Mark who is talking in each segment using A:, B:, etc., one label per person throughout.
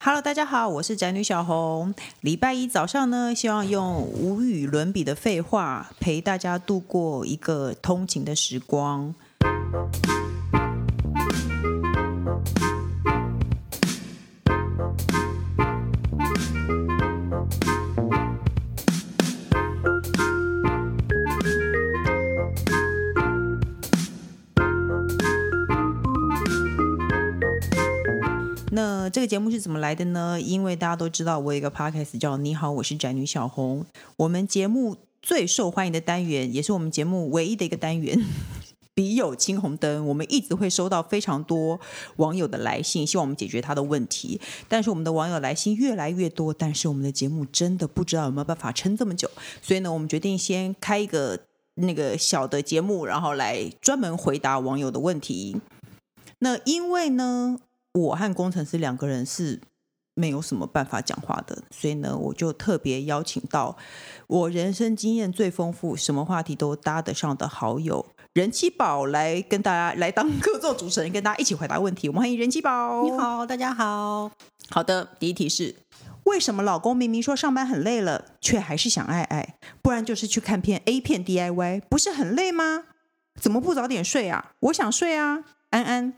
A: Hello，大家好，我是宅女小红。礼拜一早上呢，希望用无与伦比的废话陪大家度过一个通勤的时光。那这个节目是怎么来的呢？因为大家都知道，我有一个 podcast 叫《你好，我是宅女小红》，我们节目最受欢迎的单元，也是我们节目唯一的一个单元。 笔友青红灯，我们一直会收到非常多网友的来信，希望我们解决他的问题。但是我们的网友来信越来越多，但是我们的节目真的不知道有没有办法撑这么久，所以呢，我们决定先开一个那个小的节目，然后来专门回答网友的问题。那因为呢，我和工程师两个人是没有什么办法讲话的，所以呢，我就特别邀请到我人生经验最丰富、什么话题都搭得上的好友人气宝来跟大家来当客座主持人，跟大家一起回答问题。我们欢迎人气宝。
B: 你，好，大家好。
A: 好的，第一题是。为什么老公明明说上班很累了，却还是想爱爱？不然就是去看片 A 片 DIY，不是很累吗？怎么不早点睡啊？我想睡啊，安安。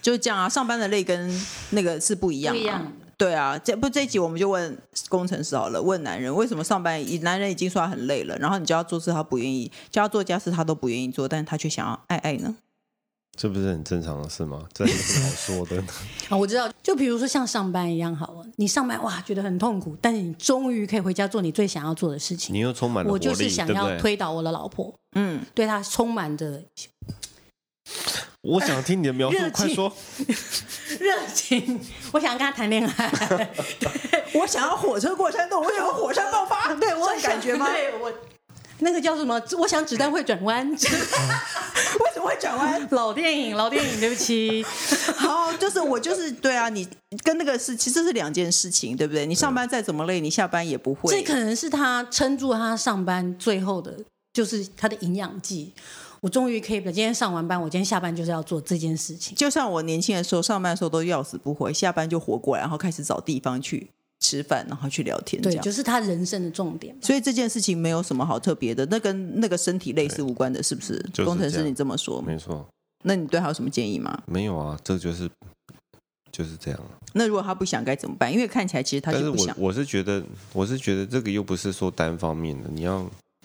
A: 就是这样啊，上班的累跟那个是不一样、啊，
B: 不一样。
A: 对啊，这不这一集我们就问工程师好了，问男人为什么上班，男人已经说他很累了，然后你叫他做事他不愿意，叫他做家事他都不愿意做，但是他却想要爱爱呢？
C: 这不是很正常的事吗？这很好说 的。
B: 啊，我知道，就比如说像上班一样好了，你上班哇觉得很痛苦，但是你终于可以回家做你最想要做的事情
C: 你。又充满了活
B: 我
C: 力，
B: 就是想
C: 对不
B: 要
C: 对？
B: 推倒我的老婆，
A: 嗯，
B: 对她充满着
C: 我想听你的描述
B: 热，情
C: 快说。
B: 热情，我想跟她谈恋爱。
A: 我想要火车过山洞，我想要火山爆发， 对我有感觉吗？
B: 对我那个叫什么？我想子弹会转弯。
A: 为什么会转弯？
B: 老电影，老电影，对不起。
A: 好，就是我就是对啊，你跟那个是其实是两件事情，对不对？你上班再怎么累，你下班也不会。
B: 这可能是他撑住他上班最后的，就是他的营养剂。我终于可以，今天上完班，我今天下班就是要做这件事情。
A: 就像我年轻的时候，上班的时候都要死不活，下班就活过来，然后开始找地方去吃饭，然后去聊天，这
B: 对，
A: 样。
B: 就是他人生的重点。
A: 所以这件事情没有什么好特别的，那跟那个身体类是无关的，是不是？
C: 这样
A: 工程师，你这么说，
C: 没错，
A: 那你对他有什么建议吗？
C: 没有啊，这就是就是这样。
A: 那如果他不想该怎么办？因为看起来其实他
C: 但
A: 就是不
C: 我
A: 想。
C: 我是觉得，我是觉得这个又不是说单方面的，你要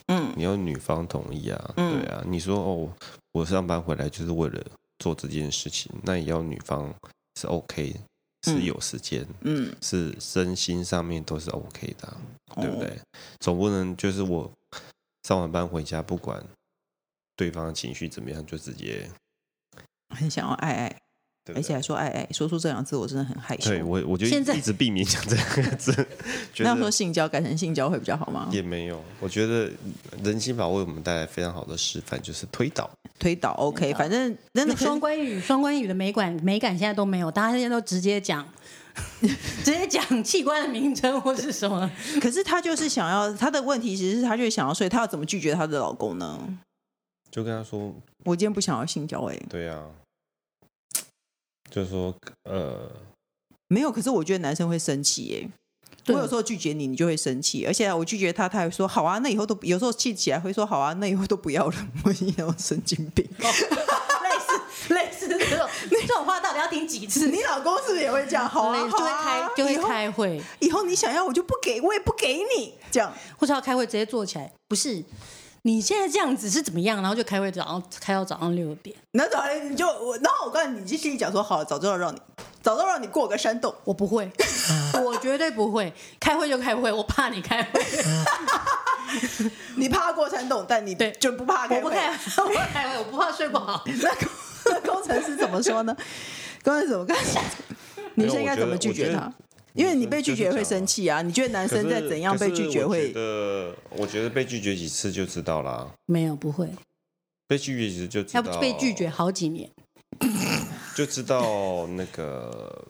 A: 嗯
C: 你要女方同意啊，
A: 嗯
C: 对啊。你说哦，我上班回来就是为了做这件事情，那也要女方是 OK，
A: 嗯
C: 是有时间，
A: 嗯，
C: 是身心上面都是 OK 的啊、对不
A: 哦？
C: 对？总不能就是我上完班回家，不管对方的情绪怎么样，就直接，
A: 很想要爱爱，
C: 对不
A: 而且还
C: 对？
A: 说爱爱，说出这两个字我真的很害羞。
C: 对我，我就
B: 现在
C: 一直避免讲这两个 字，觉
A: 那要说
C: 得
A: 性交改成性交会比较好吗？
C: 也没有。我觉得人心法为我们带来非常好的示范，就是推导。
A: 推倒 OK，反正真的
B: 双关语， 双关语的美感美感现在都没有，大家现在都直接讲， 直接讲器官的名称或是什 么。
A: 可是她就是想要，她的问题其实是她就是想要睡，她要怎么拒绝她的老公呢？
C: 就跟他说，
A: 我今天不想要性交哎、
C: 对啊，就说呃，
A: 没有。可是我觉得男生会生气哎、
B: 对
A: 我有时候拒绝你，你就会生气，而且我拒绝他，他还说好啊，那以后都有时候气起来会说好啊，那以后都不要了， 我一种神经病。
B: 哦类似这种这种话到底要听几次？
A: 你老公是不是也会这样？好啊，
B: 类就会开就会
A: 以后。
B: 开会，
A: 以后你想要我就不给，我也不给你，这样
B: 或是要开会直接坐起来，不是？你现在这样子是怎么样？然后就开会，早上开到早上六点。
A: 然后你就我，然后我告诉你，你就心里讲说好，早知道让你，早知道让你过个山洞。
B: 我不会，啊我绝对不会。开会就开会，我怕你开会，
A: 你怕过山洞，但你
B: 对
A: 就不怕
B: 我
A: 开
B: 不
A: 会。
B: 开， 我不开会，我不怕睡不好。
A: 那工那工程师怎么说呢？工程师怎么看？女生应该怎么拒绝
C: 我觉
A: 他
C: 得？
A: 因为你被拒绝会生气啊！你觉得男
C: 可
A: 生
C: 是
A: 在怎样被拒绝会
C: 可？是我觉得，我觉得被拒绝几次就知道啦。
B: 没有，不会，
C: 被拒绝几次就知
B: 要
C: 道，
B: 不被拒绝好几年。
C: 就知道那个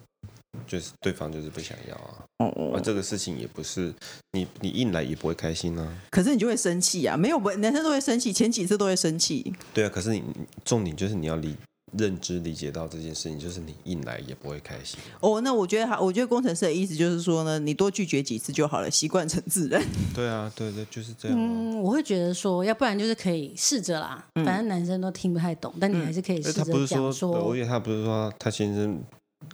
C: 就是对方就是不想要啊，
A: 哦
C: 啊，这个事情也不是你你硬来也不会开心啊，
A: 可是你就会生气啊！没有，不男生都会生气，前几次都会生气。
C: 对啊，可是你重点就是你要理认知理解到这件事情，就是你硬来也不会开心。啊
A: 哦，那我觉得他，我觉得工程师的意思就是说呢，你多拒绝几次就好了，习惯成自然。
C: 对啊，对对，就是这样、啊。
B: 嗯，我会觉得说，要不然就是可以试着啦，反正男生都听不太懂，但你还是可以试
C: 而嗯他不
B: 着
C: 是
B: 讲
C: 说，对
B: 说
C: 而，且他不是说他先生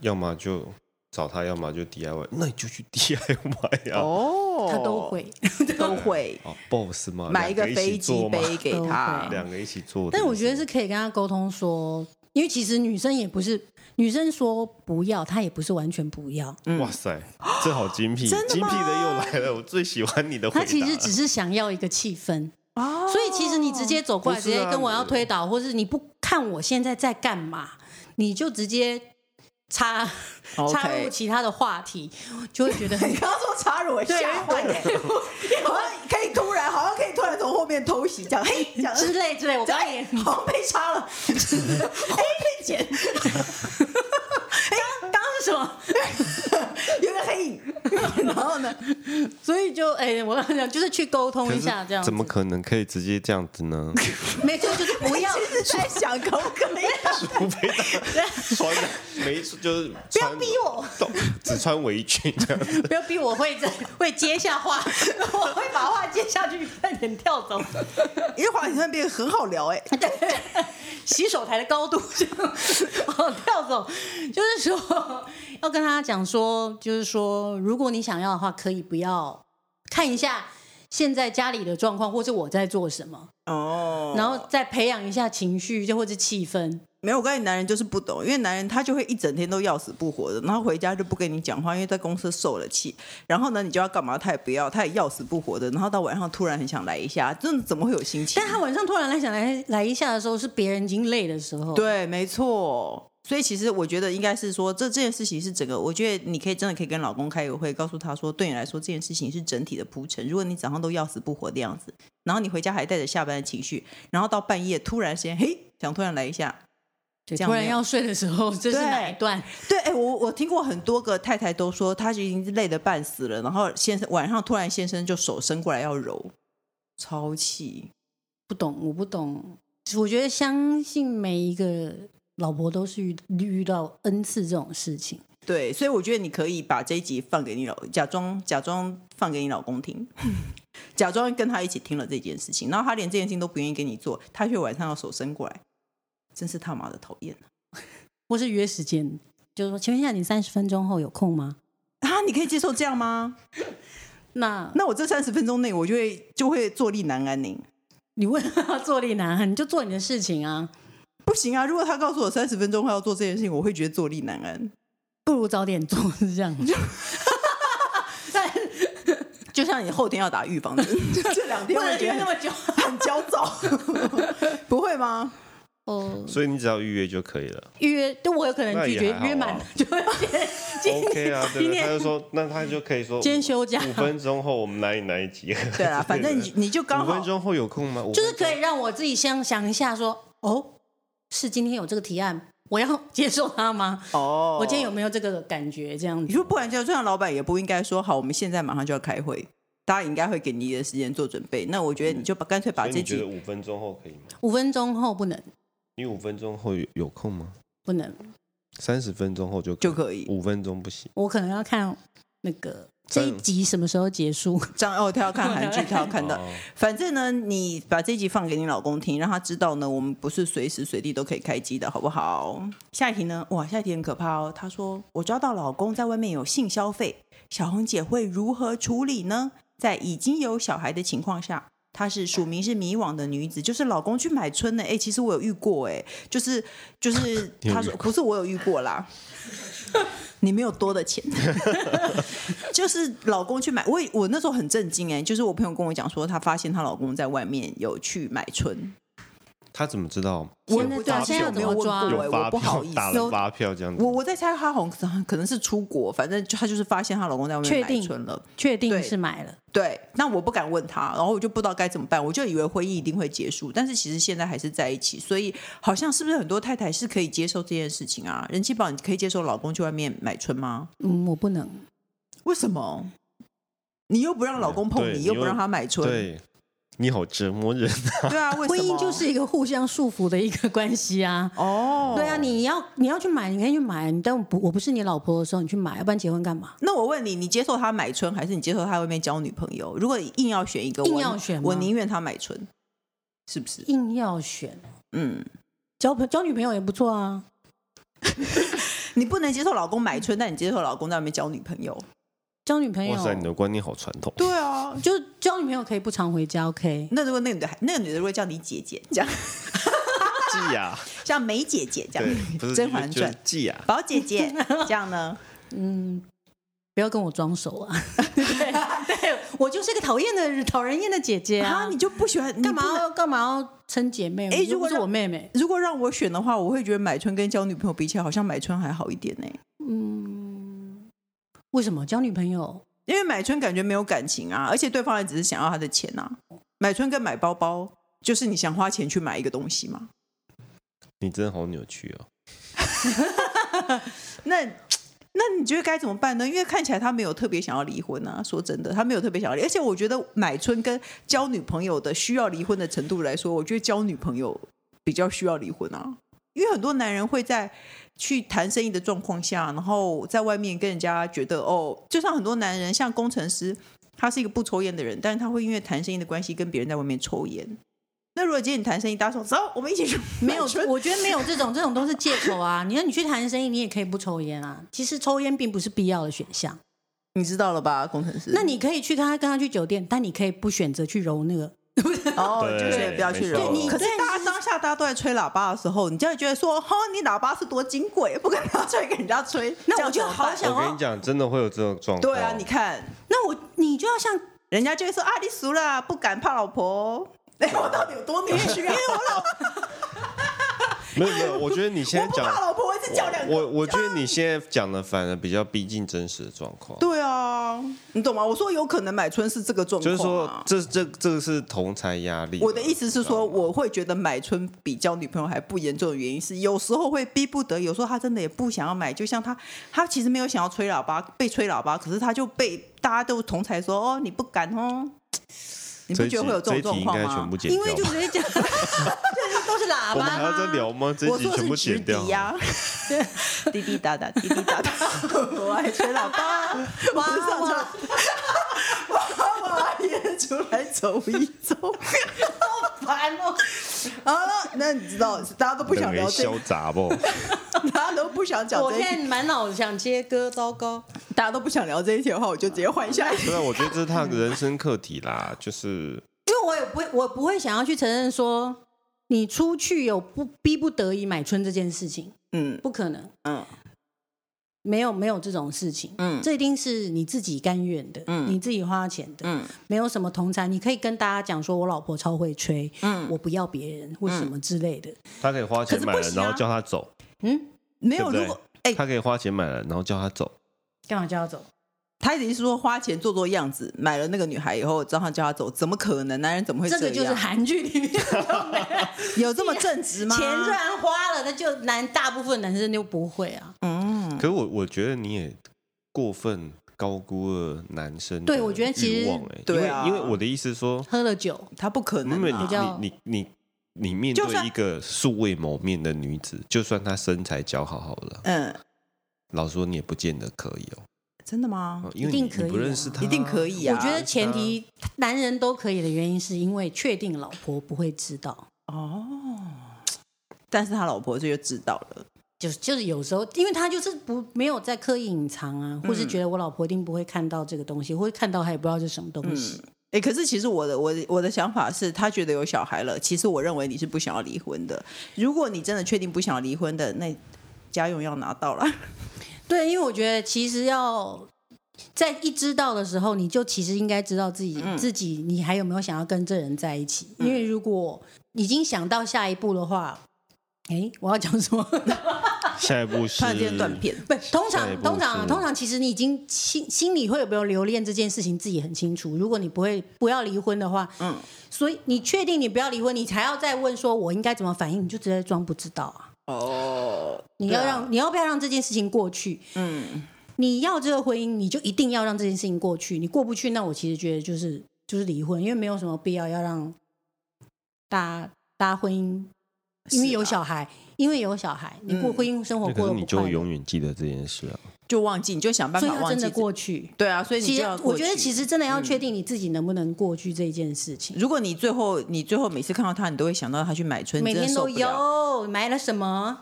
C: 要么就找他，要么就 DIY，那你就去 DIY 呀、啊。
A: 哦，
B: 他都会。
A: 都会
C: 哦，boss 嘛，
A: 买一
C: 两
A: 个
C: 个一
A: 飞
C: 起
A: 机
C: 做嘛，
A: 杯给他
B: 都会。
C: 两个一起做的。
B: 但我觉得是可以跟他沟通说，因为其实女生也不是女生说不要，她也不是完全不要，
C: 哇塞，这好精辟，
A: 真的
C: 精
A: 吗
C: 辟的又来了，我最喜欢你的回
B: 她
C: 答了。
B: 其实只是想要一个气氛。
A: 哦
B: 所以其实你直接走过来，
C: 不
B: 直
C: 是啊
B: 接跟我要推倒，或是你不看我现在在干嘛，你就直接插插入
A: OK，
B: 其他的话题，就会觉得很
A: 你刚刚说插入，我吓坏了。 好像可以突然，好像可以突然从后面偷袭，这样嘿，这样
B: 之类之类。我刚刚也
A: 好像被插了，哎，被剪，
B: 刚刚是什么？
A: 有点黑影。然后呢？
B: 所以就哎、我刚刚讲就是去沟通
C: 可
B: 一
C: 是
B: 下这样子。
C: 怎么可能可以直接这样子 呢？
B: 没错，就是不要。
A: 哎其实在想可不可以？啊
C: 除非他穿的没就是不
B: 不要逼我，
C: 只穿围裙这样子。
B: 不要逼我会 这会接下话， 我会把话接下去，快点跳走。
A: 因为华景山变得很好聊哎、
B: 洗手台的高度 这样往跳走，就是说要跟他讲说，就是说，如果你想要的话，可以不要看一下现在家里的状况，或是我在做什么，
A: 哦
B: 然后再培养一下情绪，就或是气氛。
A: 没有，我告诉你，男人就是不懂，因为男人他就会一整天都要死不活的，然后回家就不跟你讲话，因为在公司受了气。然后呢，你就要干嘛，他也不要，他也要死不活的。然后到晚上突然很想来一下，这怎么会有心情
B: 但？他晚上突然来想来来一下的时候，是别人已经累的时候。
A: 对，没错。所以其实我觉得应该是说，这这件事情是整个，我觉得你可以真的可以跟老公开个会，告诉他说，对你来说这件事情是整体的铺陈。如果你早上都要死不活的样子，然后你回家还带着下班的情绪，然后到半夜突然间，嘿，想突然来一下，
B: 对，
A: 这样
B: 突然
A: 没有
B: 要睡的时候，这是
A: 对
B: 哪一段？
A: 对，哎、我我听过很多个太太都说，她已经累得半死了，然后先生晚上突然先生就手伸过来要揉，超气。
B: 不懂，我不懂。我觉得相信每一个老婆都是遇遇到 n 次这种事情。
A: 对，所以我觉得你可以把这一集放给你老，假装假装放给你老公听， 假装跟他一起听了这件事情，然后他连这件事情都不愿意给你做，他却晚上要手伸过来，真是他妈的讨厌啊
B: 或是约时间，就是说，请问一下，你三十分钟后有空吗？
A: 啊！你可以接受这样吗？
B: 那
A: 那我这三十分钟内，我就会就会坐立难安宁。
B: 你问他坐立难安，你 就做你的事情啊，
A: 不行啊！如果他告诉我三十分钟后要做这件事情，我会觉得坐立难安。
B: 不如早点做，是这样。
A: 就像你后天要打预防针， 这两天
B: 不
A: 我
B: 能
A: 觉
B: 约
A: 得
B: 那么久。
A: 很很焦躁， 不会吗？
B: 哦，
C: 所以你只要预约就可以了。
B: 预约，对我有可能拒
C: 那
B: 绝
C: 也还，好啊
B: 约满 了就会今天 今
C: OK
B: 天
C: 啊，对
B: 今
C: 不对？他
B: 天
C: 就说，那他就可以说
B: 今天休假，
C: 五分钟后我们哪里哪一 集？
A: 对啦，反正你你就刚
C: 五分
A: 好
C: 钟后有空吗？
B: 就是可以让我自己先想一下说，哦，是今天有这个提案，我要接受它吗？
A: 哦
B: 我今天有没有这个感觉？这样
A: 你
B: 子，
A: 说不然就这样，老板也不应该说好，我们现在马上就要开会，大家应该会给你一点时间做准备。那我觉得你就把干脆把
C: 嗯所以
A: 这
C: 你觉得
A: 集
C: 五分钟后可以吗？
B: 五分钟后不能，
C: 你五分钟后有有空吗？
B: 不能，
C: 三十分钟后就
A: 就可以。
C: 五分钟不行。
B: 我可能要看那个这
C: 真
B: 一集什么时候结束。
A: 张哦，他要看韩剧，他要看到。
C: 哦
A: 反正呢，你把这集放给你老公听，让他知道呢，我们不是随时随地都可以开机的，好不好？下一题呢？哇，下一题很可怕哦。他说：“我抓到老公在外面有性消费，小红姐会如何处理呢？”在已经有小孩的情况下，她是署名是迷惘的女子，就是老公去买春呢。哎、其实我有遇过、哎，就是就是，
C: 你有
A: 她
C: 遇
A: 说
C: 过
A: 不是我有遇过 啦。你没有多的钱，就是老公去买，我也我那时候很震惊哎、就是我朋友跟我讲说，她发现她老公在外面有去买春，
C: 他怎么知道？
A: 我
B: 现在
A: 也不
B: 对啊
A: 知道
B: 现在
A: 有
B: 要
A: 没
B: 怎
A: 有
B: 么
A: 问
B: 抓
A: 过
B: 啊
A: 哎、
C: 有发
A: 我不好
C: 票
A: 意
C: 打
A: 思。
C: 了发票这样子
A: 我。我在猜她好像可能是出国，反正就她就是发现她老公在外面
B: 确
A: 买
B: 定
A: 春了。
B: 确定
A: 对
B: 是买了，
A: 对，那我不敢问他，然后我就不知道该怎么办，我就以为婚姻一定会结束，但是其实现在还是在一起，所以好像是不是很多太太是可以接受这件事情啊？人气宝，你可以接受老公去外面买春吗？
B: 嗯，我不能，
A: 为什么？你又不让老公碰
C: 对
A: 你，
C: 你
A: 又
C: 又
A: 不让他买春，
C: 对，你好折磨人啊！
A: 对啊，为
B: 婚
A: 什
B: 姻
A: 么
B: 就是一个互相束缚的一个关系啊。
A: 哦，
B: 对啊，你要你要去买，你可以去买，但我不我不是你老婆的时候，你去买，要不然结婚干嘛？
A: 那我问你，你接受他买春，还是你接受他外面交女朋友？如果硬要选一个，
B: 硬
A: 我
B: 要选吗
A: 我宁愿他买春，是不是？
B: 硬要选
A: 嗯，
B: 交朋交女朋友也不错啊。
A: 你不能接受老公买春，但你接受老公在外面交女朋友。
B: 交女朋友
C: 哇塞，你的观念好传统。
A: 对啊，
B: 就交女朋友可以不常回家，OK？
A: 那如果那个女的还，那个女的如果叫你姐姐，这样
C: 季雅，
A: 像梅姐姐这样，
C: 对，不是
A: 甄嬛
C: 就是啊
A: 传
C: 季雅，
A: 宝姐 姐这样呢？
B: 嗯，不要跟我装熟啊！ 对，对我就是个讨厌的讨人厌的姐姐啊！
A: 啊，你就不喜欢你
B: 干嘛
A: 不能
B: 要干嘛要称姐妹？
A: 哎
B: 我又
A: 如果
B: 不是
A: 让
B: 我妹妹，
A: 如果让我选的话，我会觉得买春跟交女朋友比起来，好像买春还好一点呢、
B: 嗯，为什么交女朋友？
A: 因为买春感觉没有感情啊，而且对方也只是想要他的钱啊。买春跟买包包，就是你想花钱去买一个东西嘛。
C: 你真的好扭曲哦。
A: 那那你觉得该怎么办呢？因为看起来他没有特别想要离婚啊。说真的，他没有特别想要离，而且我觉得买春跟交女朋友的需要离婚的程度来说，我觉得交女朋友比较需要离婚啊。因为很多男人会在去谈生意的状况下，然后在外面跟人家觉得哦，就像很多男人，像工程师，他是一个不抽烟的人，但是他会因为谈生意的关系跟别人在外面抽烟。那如果今天你谈生意，大家说走，我们一起去
B: 没有
A: 买春，
B: 我觉得没有这种，这 种都是借口啊！你看，你去谈生意，你也可以不抽烟啊。其实抽烟并不是必要的选项。
A: 你知道了吧，工程师？
B: 那你可以去跟他跟他去酒店，但你可以不选择去揉那个。
A: 哦，
C: 对
A: 就是不要去揉。
C: 没错
A: 可是大家当下大家都在吹喇叭的时候，你就会觉得说，哦，你喇叭是多金贵，不跟人家吹，给人家吹，
B: 那
A: 这
B: 我
A: 样
B: 就
A: 怎么办
B: 好想
C: 我跟你讲，真的会有这种状况。
A: 哦对啊，你看，
B: 那我你就要像，
A: 人家就会说啊，你熟了，不敢怕老婆。哎， 我到底有多扭曲啊？因为 我老
C: 没有没有，我觉得你现在
A: 我不
C: 讲，
A: 怕老婆，我一直叫两
C: 我
A: 个。
C: 我觉得你现在讲的反而比较逼近真实的状况。
A: 对啊，你懂吗？我说有可能买春是这个状
C: 就
A: 况、啊，
C: 是说，这这这是同才压力。
A: 我的意思是说，
C: 你知道吗
A: 我会觉得买春比交女朋友还不严重的原因是，有时候会逼不得，有时候他真的也不想要买。就像他，他其实没有想要吹喇叭，被吹喇叭，可是他就被大家都同才说：“哦，你不敢哦。”你不
C: 这一
A: 觉得
C: 集
A: 会有这
C: 这
A: 种状
C: 一题应
A: 况
C: 该
A: 吗
C: 全部？剪
B: 因为 就
C: 掉吧。
B: 直接讲，就是都是喇叭
C: 啊
B: 啊
C: 我们还要
B: 嘛
C: 再聊吗？这
A: 我
C: 一集
A: 说
C: 全
A: 的
C: 部
A: 是直
C: 剪掉
A: 笛。啊 呀，滴滴答答，滴滴答 答，我爱吹喇叭， 我
B: 哇
A: 不是上
B: 哇
A: 车，我阿姨出来走一走，好烦哦。好了，那你知道大家都不想聊这个
C: 潇，洒不？
A: 大家都不想讲
B: 我
A: 这
B: 现
A: 一
B: 在
A: 题，
B: 满脑子想接歌，糟糕！
A: 大家都不想聊这一题的话，我就直接换下 一题。
C: 对啊，我觉得这是他的人生课题啦，就是
B: 因为我也不会，我不会想要去承认说你出去有不逼不得已买春这件事情，
A: 嗯
B: 不可能，
A: 嗯
B: 没有没有这种事情，
A: 嗯
B: 这一定是你自己甘愿的，
A: 嗯
B: 你自己花钱的，
A: 嗯
B: 没有什么同财，你可以跟大家讲说我老婆超会吹，
A: 嗯，
B: 我不要别人或什么之类的，
C: 他可以花钱买
A: 可是不
C: 了，
A: 行啊
C: 然后叫他走。
B: 嗯，
A: 没有。
C: 对不对
A: 如果哎，
C: 他可以花钱买了，然后叫他走。
B: 干嘛就要走？
A: 他的意思是说花钱做做样子，买了那个女孩以后，然后叫她走，怎么可能？男人怎么会
B: 这
A: 样？
B: 个就是韩剧里面的美
A: 有这么正直吗？
B: 钱虽 然花了，那就男大部分男生就不会啊。
A: 嗯
C: 可是我我觉得你也过分高估了男生的
B: 对我觉得其实
C: 欲望欸因
A: 对
C: 为
A: 啊
C: 因为我的意思是说，
B: 喝了酒，
A: 他不可能、
C: 因为
A: 啊，
B: 比较
C: 你你你你你面
A: 就算
C: 对一个素未谋面的女子，就算她身材姣好好了，
A: 嗯，
C: 老实说你也不见得可以哦，
A: 真的吗
C: 呃？因为
B: 一定
C: 你
B: 可以
C: 你不认识她，
A: 一定可以啊！
B: 我觉得前提男人都可以的原因，是因为确定老婆不会知道。
A: 呃哦，但是他老婆这就知道了，
B: 就是就是有时候，因为他就是不没有在刻意隐藏啊，或是觉得我老婆一定不会看到这个东西，或者看到她也不知道是什么东西。
A: 哎、可是其实我的我的我的想法是，他觉得有小孩了，其实我认为你是不想要离婚的。如果你真的确定不想要离婚的，那家用要拿到了，
B: 对，因为我觉得其实要在一知道的时候，你就其实应该知道自己、自己你还有没有想要跟这人在一起。因为如果已经想到下一步的话，哎，我要讲什么？
C: 下一步 是
A: 突然间断片，
B: 不，通
C: 下一
B: 常
C: 步
B: 通常
C: 是
B: 通常，其实你已经心心里会有没有留恋这件事情，自己很清楚。如果你不会不要离婚的话，
A: 嗯，
B: 所以你确定你不要离婚，你才要再问说我应该怎么反应，你就直接装不知道啊。
A: 哦，
B: 你要让、你要不要让这件事情过去？
A: 嗯，
B: 你要这个婚姻，你就一定要让这件事情过去。你过不去，那我其实觉得就是就是离婚，因为没有什么必要要让大家大家婚姻，因
A: 是
B: 为有
A: 啊
B: 小孩，因为有小孩，你过
A: 嗯
B: 婚姻生活
C: 可
B: 过
C: 是
B: 得
C: 你
B: 不
C: 就
B: 快
C: 会
B: 乐，
C: 永远记得这件事啊。
A: 就忘记，你就想办
B: 所以
A: 法
B: 他
A: 忘
B: 真
A: 记
B: 的
A: 自己。
B: 过去。
A: 对啊，所以你
B: 其
A: 就
B: 实
A: 要过
B: 我觉得
A: 去嗯
B: 其实真的要确定你自己能不能过去这件事情。
A: 如果你最后你最后每次看到他，你都会想到他去买春，嗯
B: 每
A: 你真
B: 天
A: 的受
B: 都
A: 不 了。
B: 有买了什么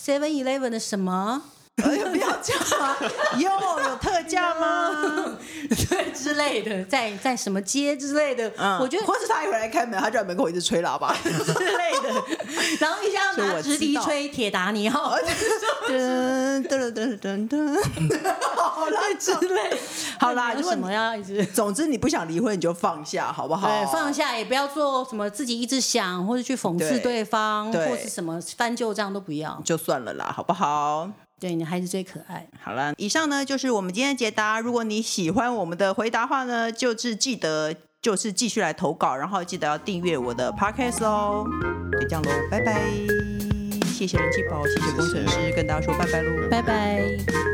B: Seven Eleven 的什么
A: 哎呀，不 要这样啊！有有特价吗？
B: 对之类的，在在什么街之类的，
A: 嗯，
B: 我觉得
A: 或是他一会儿来开门，他就在门口一直吹喇叭。
B: 之类的，然后一 下要
A: 所以
B: 拿
A: 我
B: 直
A: 知
B: 笛
A: 道哦
B: 吹铁哦达尼号
A: 噔噔噔噔噔，好啦，
B: 之类的。
A: 好啦，
B: 为
A: 如果
B: 什
A: 你
B: 么要一直？
A: 总之你不想离婚，你就放下，好不 好？
B: 对，放。下也不要做什么自己一直想，或者去讽刺
A: 对
B: 对方，
A: 对
B: 或是什么翻旧账都不要。
A: 就算了啦，好不好？
B: 对，你的孩子最可爱。
A: 好了，以上呢就是我们今天的解答。如果你喜欢我们的回答话呢，就是记得就是继续来投稿，然后记得要订阅我的 podcast 哦。就这样喽，拜拜！谢谢人气宝，谢谢工程师，跟大家说拜拜喽，
B: 拜拜。